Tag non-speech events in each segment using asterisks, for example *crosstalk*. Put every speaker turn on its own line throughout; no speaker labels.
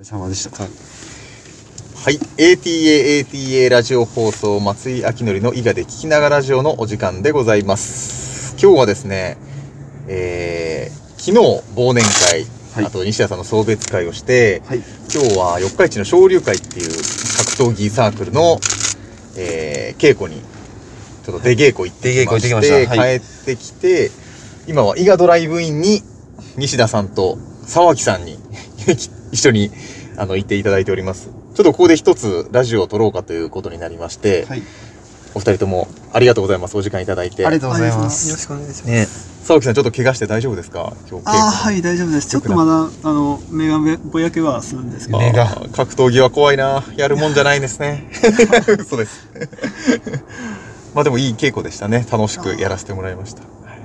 れ様でした。
はい。ATA、ATA ラジオ放送、松井明則の伊賀で聞きながらラジオのお時間でございます。今日はですね、えー、昨日忘年会、
はい
あと西田さんの送別会をして、
はい。
今日は四日市の昇竜会っていう格闘技サークルの、えー、稽古に、ちょっと出稽古行ってき
出稽古行っ
まして、
てきましたはい
帰ってきて、今は伊賀ドライブインに西田さんと沢木さんに *laughs* 一緒にあの行っていただいております。ちょっとここで一つラジオを撮ろうかということになりまして、
はい。
お二人ともありがとうございます。お時間いただいて。
ありがとうございます
よろしくお願いします。
ね、沢木さんちょっと怪我して大丈夫ですか今日稽古
ああ、はい、大丈夫です。ちょっとまだ、あの、目がぼやけはするんですけど。
目が
あー格闘技は怖いなやるもんじゃないで
*laughs*
すね嘘です *laughs* まあでもいい稽古でしたね楽しくやらせてもらいましたはい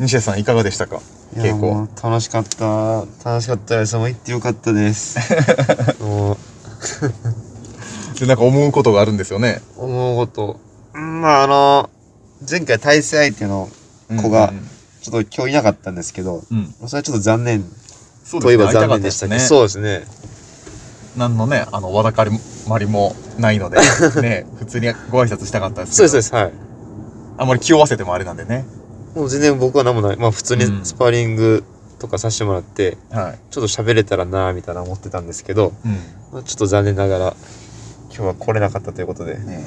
西谷さんいかがでしたか
いや
稽古
もう楽しかった。楽しかったです。もう行ってよかったです。 *laughs* もう、
でなんか思うことがあるんですよね
思うこと。うんまあ、あの、前回対戦相手の子が、ちょっと今日いなかったんですけど、
うん、うん
それはちょっと残念
そうですね
といえば残念でしたけど、
会いたか
そうですね。
ね何のねあのわだかまりもな
*laughs*
いのでね普通にご挨拶したかったです
そう
け
で
ど
す、そうです。はい。
あんまり気負わせてもあれなんでね
もう全然僕は何もない。まあ、普通
う
に
ん
スパーリングとかさせてもらって、
はい、
ちょっと喋れたらなぁ、みたいな思ってたんですけど、
うん
まあちょっと残念ながら、今日は来れなかったということで。
ね、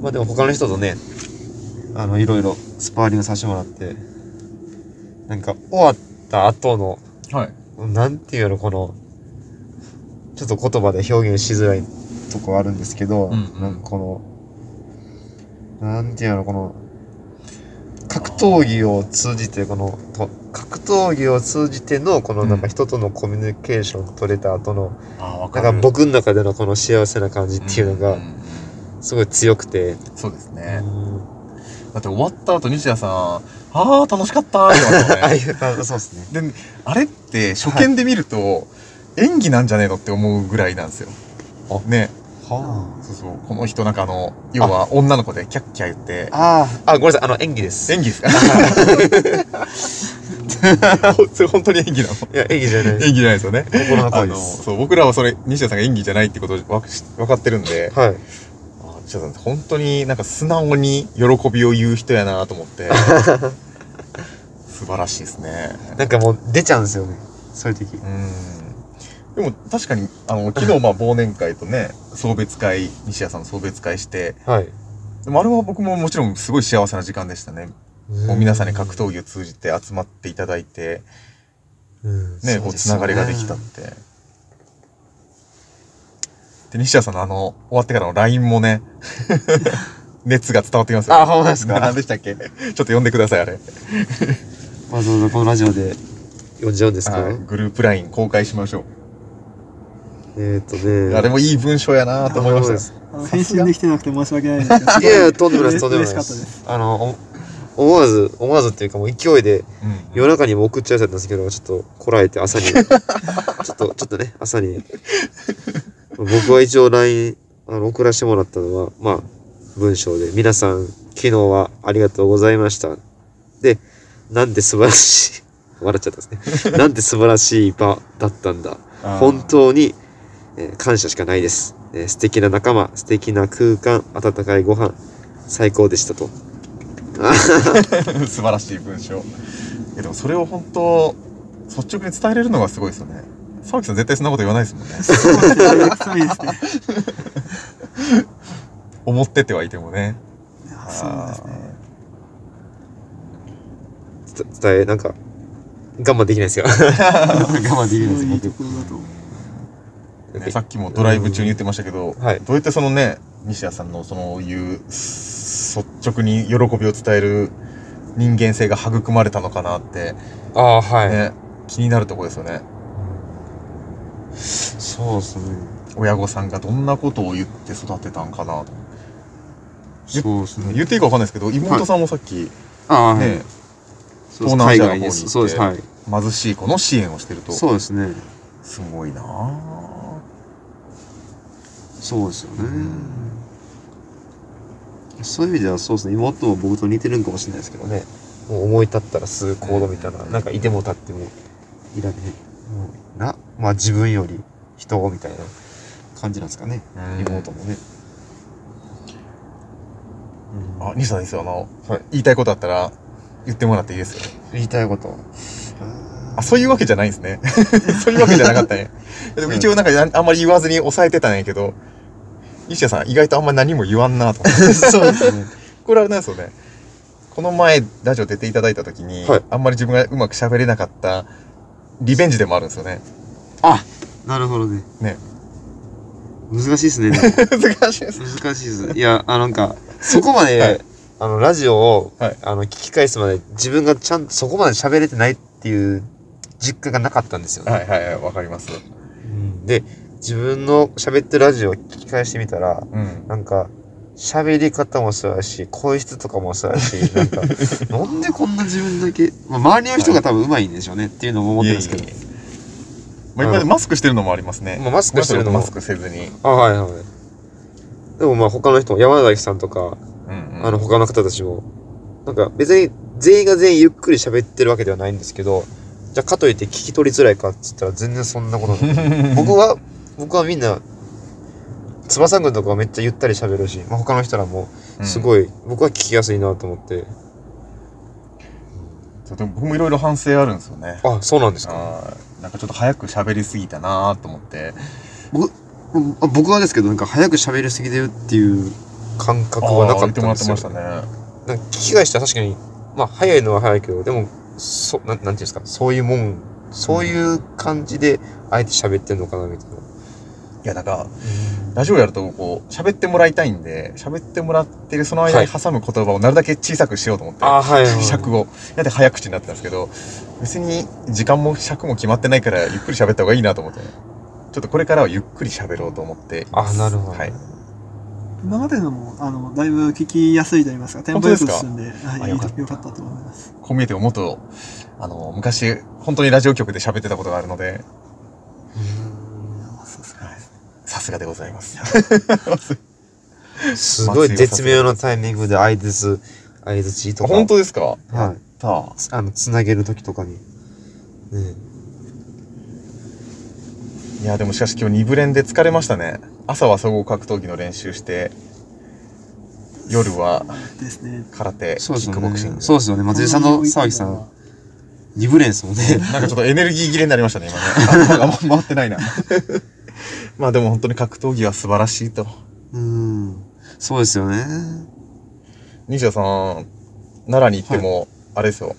まあでも他の人とね、あの、いろいろスパーリングさせてもらって、なんか終わった後の、
はい
なんていうの、この、ちょっと言葉で表現しづらいとこあるんですけど、
うんうん
なんかこの、なんていうの、この、格闘技を通じて、この、と格闘技を通じての、この
うん
なんか人とのコミュニケーション取れた後の、
あーわ
な
か
ん
る
か僕の中でのこの幸せな感じっていうの
ん
が、
ん
すごい強くて、
そうですね、
うん
だって終わった後西田さん「あー楽しかった」って言われた *laughs*
ああ
ね
いう感じ、そうですね。
であれって初見で見ると、演技なんじゃねえのって思うぐらいなんですよ
あ
ね
は
そうそうこの人なんかあの要は女の子でキャッキャ言って
あ。ああ、ごめんなさい、あの、演技です。い
演技ですかそれ *laughs* 本当に演技なの
や、演技じゃない。 *laughs*
演技じゃないですよね
心の
あ
声で
の
す。
そう僕らはそれ西田さんが演技じゃないってことをわ分かってるんで
はい。
あ西田さんって本当になんか素直に喜びを言う人やなと思って *laughs* 素晴らしいですね
なんかもう出ちゃうんですよね。そういう時。
うんでも確かにあの昨日まあ忘年会とね *laughs* 送別会西谷さんの送別会して
はい。
でもあれは僕ももちろんすごい幸せな時間でしたね、もう皆さんに格闘技を通じて集まっていただいて
うん
ねこうつながりができたっ。てで西谷さんのあの終わってからの LINE も *laughs* ね熱が伝わってきますよ
あほんまですか
*laughs* 何でしたっけちょっと呼んでくださいあれ、
わざわざこのラジオで呼んじゃうんですけど
はい。グループ LINE 公開しましょ
えっと
う、
ね。
あれもいい文章やなと思いましたよ
あの返信できてなくて申し訳ないですけど。
いやいや、とんでもないです、とんでもない
嬉
で。
しかったです
あの、お思わず、思わずっていうかもう勢いで、
うん
夜中にも送っちゃうやつだったんですけど、ちょっとこらえて朝
*laughs*
に、ちょっと、ちょっとね、朝に。僕は一応 LINE、あの、送らせてもらったのは、まあ、文章で、皆さん、昨日はありがとうございました。で、なんて素晴らしい、 *laughs* 笑っちゃったんですね。なんて素晴らしい場だったんだ。
あー
本当に、えー感謝しかないです、えー素敵な仲間、素敵な空間、温かいご飯、最高でしたと。
*laughs* 素晴らしい文章いやでもそれを本当率直に伝えれるのがすごいですよね沢木さん絶対そんなこと言わないですもんね
そうです
*laughs*
ね。
思っててはいてもね
そうですね。
つ伝え、なんか、我慢できないです
*laughs*
よ。我慢でき
すごいいいところだと思う。
あーねさっきもドライブ中に言ってましたけ
ん
ど、
はい
どうやってそのね西谷さんのそのいう率直に喜びを伝える人間性が育まれたのかなって、
ああ、はい、
ね気になるところですよね
そうですね。
親御さんがどんなことを言って育てたんかなと
そうですね。
言っていいかわかんないですけど妹さんもさっき、
ああ、はい。
ね
そうです
東南ア
海
ジアの
外で
方に行って
す。そうです。はい。
貧しい子の支援をしてると
そうですね。
すごいなあ
そうですよね。そういう意味ではそうですね。妹も僕と似てるんかもしれないですけどね。もう思い立ったらすぐ行動みたいな。なんかいても立ってもいらねえ。もうな、まあ自分より人をみたいな感じなんですかね。
うん
妹もね。うん
あ、西さんですよ。あの、言いたいことあったら言ってもらっていいですよ。
言いたい *laughs* こと。
あ、そういうわけじゃないんですね。 *laughs* そういうわけじゃなかったね。でも一応なんかあんまり言わずに抑えてたんやけど、西田さん意外とあんまり何も言わんなと思って。 *laughs*
そうですね。
これあれなんですよね。この前、ラジオ出ていただいた時に、
はい
あんまり自分がうまく喋れなかったリベンジでもあるんですよね。
あなるほどね。
ね。
難しいですね。でも
*laughs* 難しいです。
難しいです。いや、あの、なんか、そこまで、
はい
あの、ラジオを、
はい
あの、聞き返すまで、自分がちゃんとそこまで喋れてないっていう実感がなかったんですよね。
*laughs* はいはいはい、わかります。
うんで、自分の喋ってるラジオを聞き返してみたら、
うん。
なんか、喋り方もそうやし、声質とかもそうやし、なん
*laughs*
か、なんでこんな自分だけ、まあ、周りの人が多分上手いんでしょうねっていうのも思ってるんですけど
いえ。いえいえまあ、今までマスクしてるのもありますね。
まあマスクしてるのも
マスクせずに。
あ、はいはい。でもまあ他の人も、山崎さんとか、
うん、うん。
あの、他の方たちも、なんか別に全員が全員ゆっくり喋ってるわけではないんですけど、じゃあかといって聞き取りづらいかって言ったら全然そんなことない。
*laughs*
僕は、僕はみんな、翼くんとかはめっちゃゆったり喋るし、まあ、他の人らもす
い。
ごい、僕は聞きやすいなと思って、
そうでも僕もいろいろ反省あるんですよね。
あ、そうなんですか。
あーなんかちょっと早く喋りすぎたなーと思って。
僕、あ僕はですけど、なんか早く喋りすぎてるっていう感覚はなかったんですよ。
あー言ってもらってまし
なんか聞き返したら確かに、まあ、早いのは早いけど、でも、そ、なん、なんていうんですか、そういうもん、そういう感じで、あえて喋ってんのかな、みたいな。
たね。いや、なんか、ラジオやるとこう、喋ってもらいたいんで、喋ってもらってるその間に挟む言葉をなるだけ小さくしようと思って。
あ、はい、はい。
尺を。だって早口になってたんですけど、別に時間も尺も決まってないから、ゆっくり喋った方がいいなと思って。ちょっとこれからはゆっくり喋ろうと思っています。
あなるほど
はい。
今までのも、あの、だいぶ聞きやすいと言いますか、テンポよ
本当
く
ですか
進んで、
あ
はい、
よ
よ
か
か
った
ったと思います。
こう見えてももっと、あの、昔、本当にラジオ局で喋ってたことがあるので、さすがでございます。
うん *laughs* すごい絶妙なタイミングで、相づつ、相づちとか。
本当ですか。
はい
た
い。あの、つなげる時とかに。ね
いや、でもしかし今日2部連で疲れましたね。朝は総合格闘技の練習して、夜は
ですね。
空手、キ
そうです
ッ
よ
クボクシン
ね。
グ。
そうですよね。松井さんの
沢
沢木さん、二ブレンスもんね。
なんかちょっとエネルギー切れになりましたね、今ね。
*laughs*
頭がま回ってないな。まあでも本当に格闘技は素晴らしいと。
うん。そうですよね。
西田さん、奈良に行っても、あれですよ。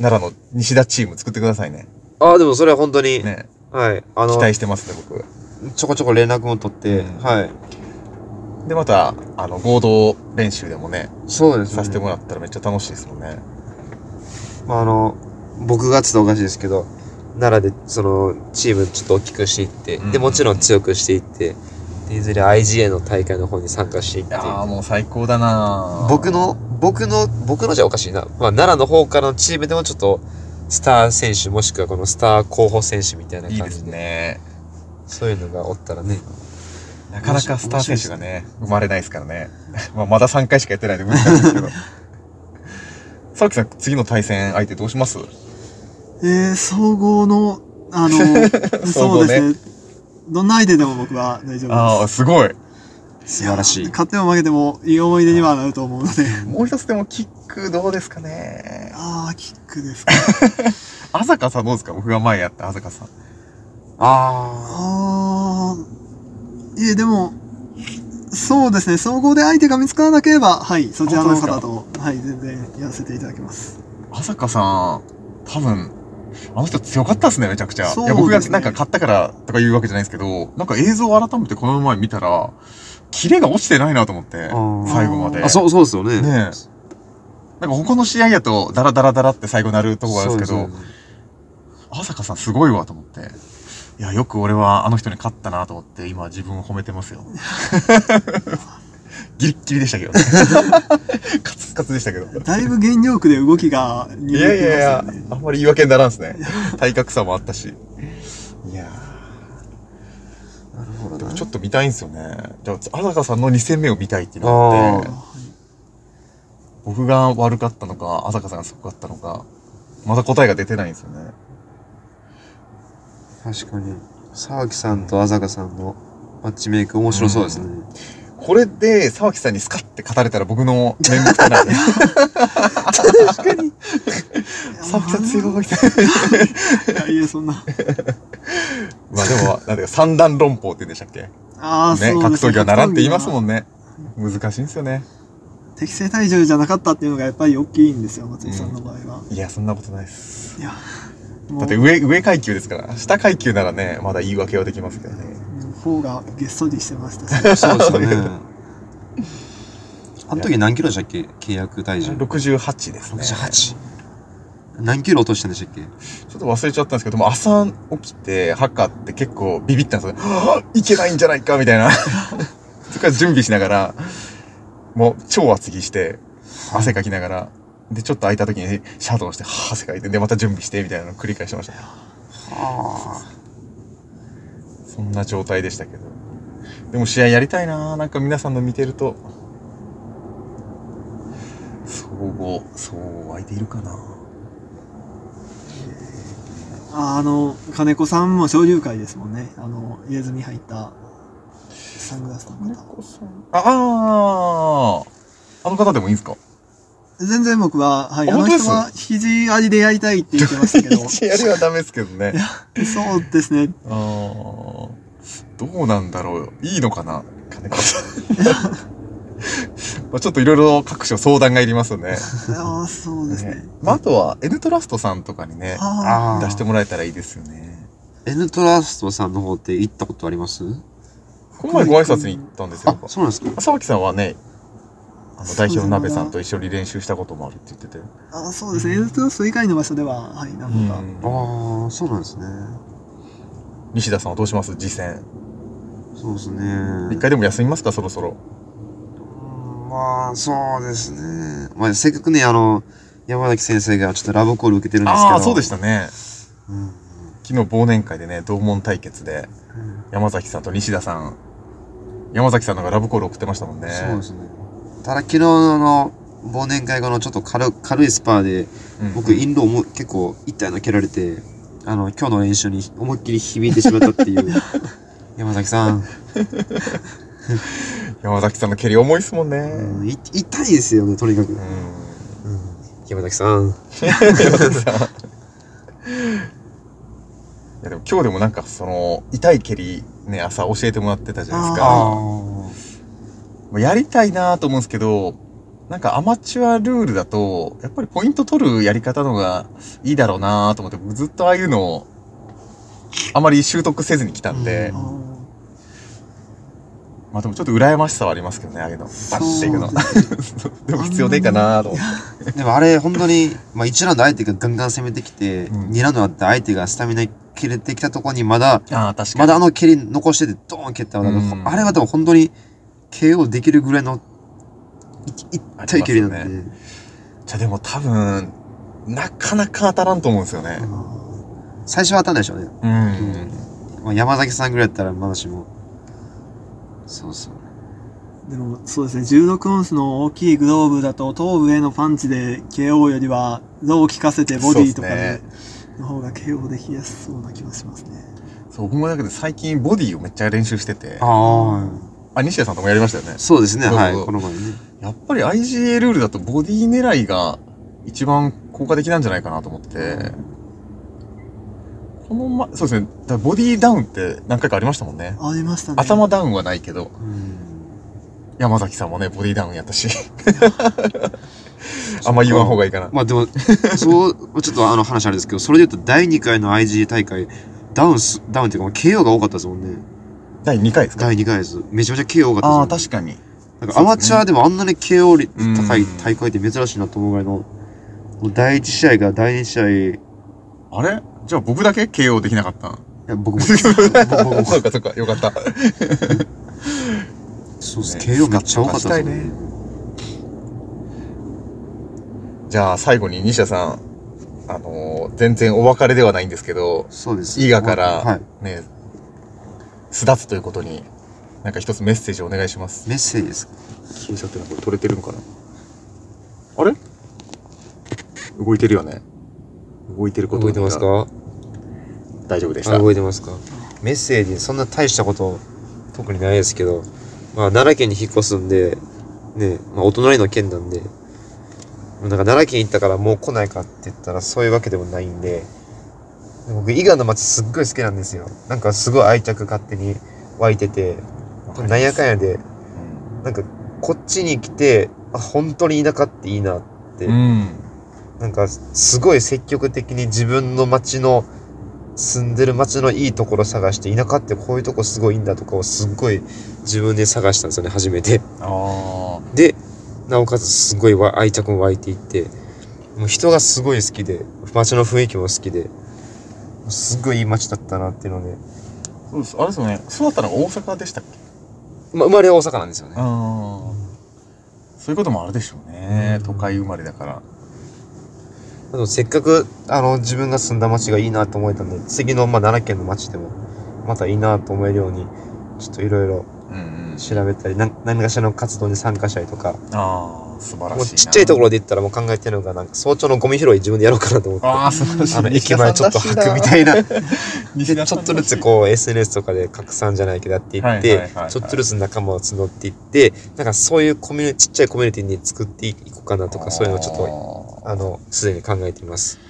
奈良の西田チーム作ってくださいね。
ああ、でもそれは本当に、
ね。
はい。あ
期
の、
待してますね、僕。
ちょこちょこ連絡も取って、
うん
はい。
で、また、あの、合同練習でもね、
そうですね。
させてもらったらめっちゃ楽しいですもんね。
まあ、あの、僕がつとおかしいですけど、奈良で、その、チームちょっと大きくしていって、
うんうんう
で、
ん
もちろん強くしていって、でいずれ IGA の大会の方に参加していって、
ああ、もう最高だなぁ
僕、の、僕の、僕のじゃおかしいな。まあ、奈良の方からのチームでもちょっと、スター選手もしくはこのスター候補選手みたいない
い
感
です
じで、
ね。
そういうのがおったらね、
なかなかスター選手がね、生まれないですからね。 *laughs* まあ、まだ3回しかやってないんで無理なんですけ *laughs* ど。沢木さん、次の対戦相手どうします
えー、総合の、
*laughs*
あの、
総
そ
合ね
うですね。どんな相手でも僕は大丈
あ
夫
あ、
です
ごい。
素晴らし
す。
い。
勝っても負けてもいい思い出にはなると思
*laughs*
うので。
もう一つでもキックどうですかね。
ああ、キックですか。
あざかさんどうですか僕が前やったあざかさん。
あ
ああ、いえ、でも、そうですね、総合で相手が見つからなければ、はい、そちらの方と、はい、全然やらせていただきます。
あざかさん、多分、あの人強かったですね、めちゃくちゃ。
そう
いや、僕が
ですね
なんか買ったからとか言うわけじゃないんですけど、なんか映像を改めてこの前見たら、キレが落ちてないなと思って、
ー
最後まで。
あ。あ、そう、そうですよね。
ねえなんか他の試合やと、ダラダラダラって最後なるとこがあるんですけ
そう
ど
で、すよね
あさかさんすごいわと思って。いや、よく俺はあの人に勝ったなと思って、今自分を褒め
*laughs*
てますよ。ギリッギリでしたけどね。 *laughs* カツカツでしたけど。
だいぶ原力で動きが
い
鈍っ
やい
て
やいや
ますよね。、
あんまり言い訳にならんすね。体格差もあったし。いや
なるほど
ー、で
な
もちょっと見たいんすよね。じゃあ、あさかさんの2戦目を見たいっていう
あ
のがあ
ー
って、僕が悪かったのか、あさかさんがすごかったのか、まだ答えが出てないんですよね。
確かに。沢木さんと浅香さんのマッチメイク面白そうですね。
これで沢木さんにスカッて語れたら僕の面目立たないね
確かに。
沢木さん強い *laughs*
いやいやそんな
まあでもなんだか三段論法って言うんでしたっけね
ああ、そう
格闘技はならんって言いますも
ん
んね難しいんですよね
適正体重じゃなかったっていうのがやっぱり大きいんですよ松井さんの場合は、
いやそんなことないです
いやも
だ
う
って上上階級ですから下階級ならねまだ言い訳はできますけどね
うん方がげっそりしてましたし
そうですよね。 *laughs* あの時何キロでしたっけ契約体重。
68ですね
68。何キロ落としたんでしたっけ
ちょっと忘れちゃったんですけども、朝起きて、測って結構ビビったんですよ。はぁいけないんじゃないかみたいな。それから準備しながら、もう超厚着して、汗かきながら、で、ちょっと空いた時にシャドウして、はぁ汗かいて、で、また準備して、みたいなのを繰り返してました。
は
そんな状態でしたけど。でも試合やりたいなぁなんか皆さんの見てると。総合、総合空いているかな
ああの金子さんも昇竜会ですもんねあの入れ墨入ったサングラスの方
ああーあの方でもいいんですか
全然僕は、はい、
あ
あの
本当です
人は肘ありでやりたいって言ってましたけ
*laughs*
ど
一やりはダメですけどね。
そうですね
あーどうなんだろういいのかな金子さ *laughs* ん。まあちょっといろいろ各所相談がいりますよね。
ああそうですね
ねまあ、あとは N トラストさんとかにね、
あ
あー
出してもらえたらいいですよね。
N トラストさんの方って行ったことあります
この前ご挨拶に行ったんです
あ
よ、。
そうなんですか
沢木さんはね、あの
そう
代
です
表の
ね
鍋さんと一緒に練習したこともあるって言ってて。
ああーそうですね N トラスト以外の場所でははい何
うん
度か、
ああ、そうなんですね。
西田さんはどうします次戦。
そうですね。
一回でも休みますかそろそろ。
うんまあ、そうですね。まあ、せっかくね、あの、山崎先生がちょっとラブコール受けてるんですけど。
ああー、そうでしたね。
うん。
昨日忘年会でね、同門対決で。
うん
山崎さんと西田さん山崎さんの方がラブコール送ってましたもんね
そうですね。ただ昨日の忘年会後のちょっと軽軽いスパーで、
うん
僕、インローも結構痛いの蹴られて、あの、今日の練習に思いっきり響いてしまったって
*laughs*
いう。山崎さん、
山崎さんの蹴り重いっすもんね、
うんい痛いですよね、とにかく。
うん
山崎さん。
山崎さんいやでも今日でもなんかその痛い蹴りね朝教えてもらってたじゃないです
あ
かもうやりたいなと思うんですけどなんかアマチュアルールだとやっぱりポイント取るやり方の方がいいだろうなと思って僕ずっとああいうのをあまり習得せずに来たんで、
うん
あー
まあでもちょっと羨ましさはありますけどねああいうのバッていくの
そうで
*laughs* でも必要ねえかなと思って。
でもあれ、本当に、まあ、1ラウンド相手がガンガン攻めてきて、
うん
2ラウンドあって相手がスタミナ切れてきたところにまだ、
ああ、確か
ま
に。
だあの蹴り残してて、ドーン蹴ったのが
うん
あれはでも本当に KO できるぐらいの、いい
ありま
痛
すよね
い蹴りなんで。
じゃあでも多分、なかなか当たらんと思うんですよね。
最初は当たんないでしょうね。
うん。
まあ、山崎さんぐらいだったらまだしも。そうそう。
でもそうですね16オンスの大きいグローブだと頭部へのパンチで KO よりはローを効かせてボディとか
そうっ
ですの方が KO できやすそうな気がしますね
そう、僕もだけど最近ボディをめっちゃ練習してて。あ、
あ
西田さんともやりましたよね。
そうですね、
そうそう
はい。この前ね。
やっぱり IGA ルールだとボディ狙いが一番効果的なんじゃないかなと思って。このま、そうですね。だからボディダウンって何回かありましたもんね。
ありましたね
頭ダウンはないけど、
うん
山崎さんもね、ボディダウンやった *laughs* し。あんま言わん方がいいかな。
まあでも、 *laughs* そう、ちょっとあの話あれですけど、それで言うと第2回の IG 大会、ダウンす、ダウンっていうか、KO が多かったですもんね。
第2回ですか
第2回です。めちゃめちゃ KO 多
あ
か
あ、
ったです
確か
も
に。
ん、なんかアマチュアでもあんなに KO 率高
う
い
ん
大会って珍しいなと思うぐらいの、もう第1試合が第2試合、
あれじゃあ僕だけ KO できなかったん
いや僕 *laughs* も、僕も、
*laughs* そうかそうか、よかった。
そうです、
ね
KO めっちゃ多かったですもん
スカッとしたいねじゃあ最後に西田さん、あのー全然お別れではないんですけど、
そうです。
伊賀か
は
ら
い。
ね、巣立つということに、なんか一つメッセージをお願いします。
メッセージですか
金車ってのはこれ取れてるのかなあれ動いてるよね。動いてることに
か
大丈夫でし
あ
た。
動いてますかメッセージそんな大したこと特にないですけど、まあ、奈良県に引っ越すんでねまあ、お隣の県なんでなんか奈良県行ったからもう来ないかって言ったらそういうわけでもないんで僕伊賀の町すっごい好きなんですよなんかすごい愛着勝手に湧いててなんやかんやでなんかこっちに来てあ本当に田舎っていいなって、
うん。
なんかすごい積極的に自分の町の住んでる町のいいところ探して田舎ってこういうとこすごいいいんだとかをすっごい自分で探したんですよね初めて
ああ。
でなおかつすごいわ愛着も湧いていってもう人がすごい好きで町の雰囲気も好きですっごいいい町だったなっていうので、
そうです。あれですよね。育ったのが大阪でしたっけ
ま、生まれは大阪なんですよね
ああ。そういうこともあるでしょうね。都会生まれだから。
あとせっかくあの自分が住んだ町がいいなと思えたんで次の、まあ、奈良県の町でもまたいいなと思えるようにちょっといろいろ
うんうん。
調べたりなん何かしらの活動に参加したりとか
ああ、素晴らしい
も
な。
うちっちゃいところで言ったらもう考えてるのがなんか早朝のゴミ拾い自分でやろうかなと思って
ああ、素晴らしい。
あの駅前ちょっと吐くみたいなで
西田
ち
さ
ょ
んら
っ
しい
とずつこう SNS とかで拡散じゃないけどやってい
は
っ
いはい
て
はいはい
ちょっとずつ仲間を募っていってなんかそういうコミュニちっちゃいコミュニティに作っていこうかなとかそういうのをちょっと
と
あのすでに考えています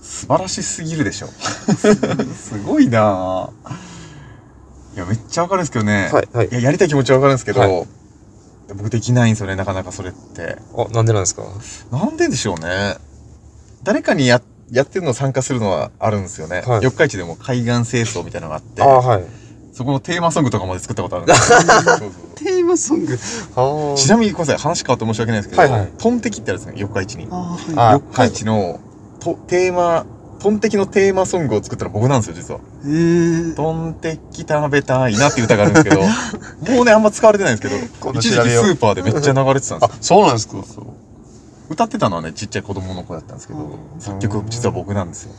素晴らしすぎるでしょ *laughs* すごいなあいやめっちゃわかるんですけどね、
はいはい
いややりたい気持ちはわかるんですけど、
は
僕できないんですよねなかなかそれって
あなんでなんですか
なんででしょうね誰かにややってるの参加するのはあるんですよね、
はい
四日市でも海岸清掃みたいなのがあって
ああはい
そこのテーマソングとかまで作ったことあるんですよ
*laughs*
そうそうそう
テーマソング。
あ
ちなみにごめんなさい話変わって申し訳ないですけど、
はいはい
トンテキってあるんですね四日市に
あー
あ
は。
四日市のとテーマトンテキのテーマソングを作ったの僕なんですよ実はい
えー、
トンテキ食べたいなっていう歌があるんですけど
*laughs*
もうねあんま使われてないんですけど
今度
一時
調
期
べよう
スーパーでめっちゃ流れてたんですよ
あそうなんですか
歌ってたのはねちっちゃい子供の子だったんですけど
う
作曲実は僕なんですよ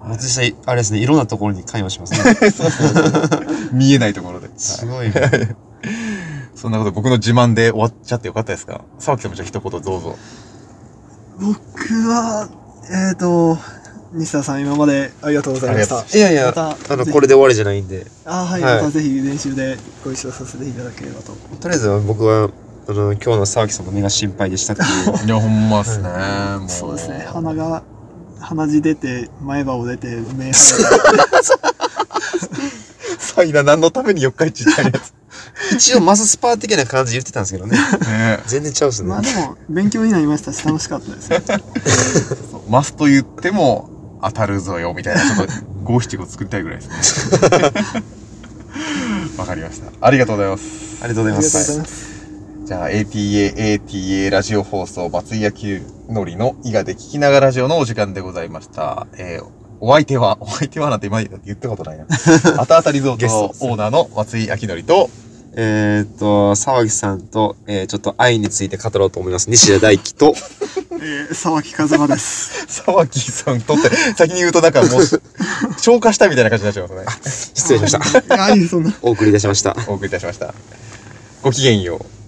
私あれですねいろんなところに関与しますね
*laughs* 見えないところで、はい
*laughs* すごい
そんなこと僕の自慢で終わっちゃってよかったですか沢木さんもじゃあ一言どうぞ
僕は、えっ、ー、と、西田さん今までありがとうございました。
いやいや
また
あのこれで終わりじゃないんで
あーはい、
はい
またぜひ練習でご一緒させていただければと。
とりあえず僕はあの今日の沢木さんの目が心配でしたって
*laughs*
いう
いやほんまっすね、もう
そうですね、鼻が、鼻血出て、前歯を出て、目腫れて。
サイナ何のために四日市行ったんやつ
一応マススパー的な感じで言ってたんですけどね
*laughs* ね
全然ちゃうっすね、
*laughs* まあでも、勉強になりましたし、楽しかったです。
そうマスと言っても当たるぞよみたいなちょっと五七五作りたいぐらいです *laughs* ねわかりましたありがとうございます
ありがとうございま
ありがとうござい
す
ます。
じゃあ ATA ATA ラジオ放送松井明のりの伊賀で聞きながらラジオのお時間でございました、えーお相手は、 *laughs* お相手はなんて今言ったことないな。あたあたリゾートのオーナーの松井明則と、
えーっと沢木さんと、えーちょっと愛について語ろうと思います西田大輝と
えー、沢木和馬です。
沢木さんとって、先に言うとなんかもう、消化したみたいな感じになっちゃいますね。
失礼しました
*laughs* た。ああいう、そんな。
お送りいたしました
お送りいたしました。ごきげんよう。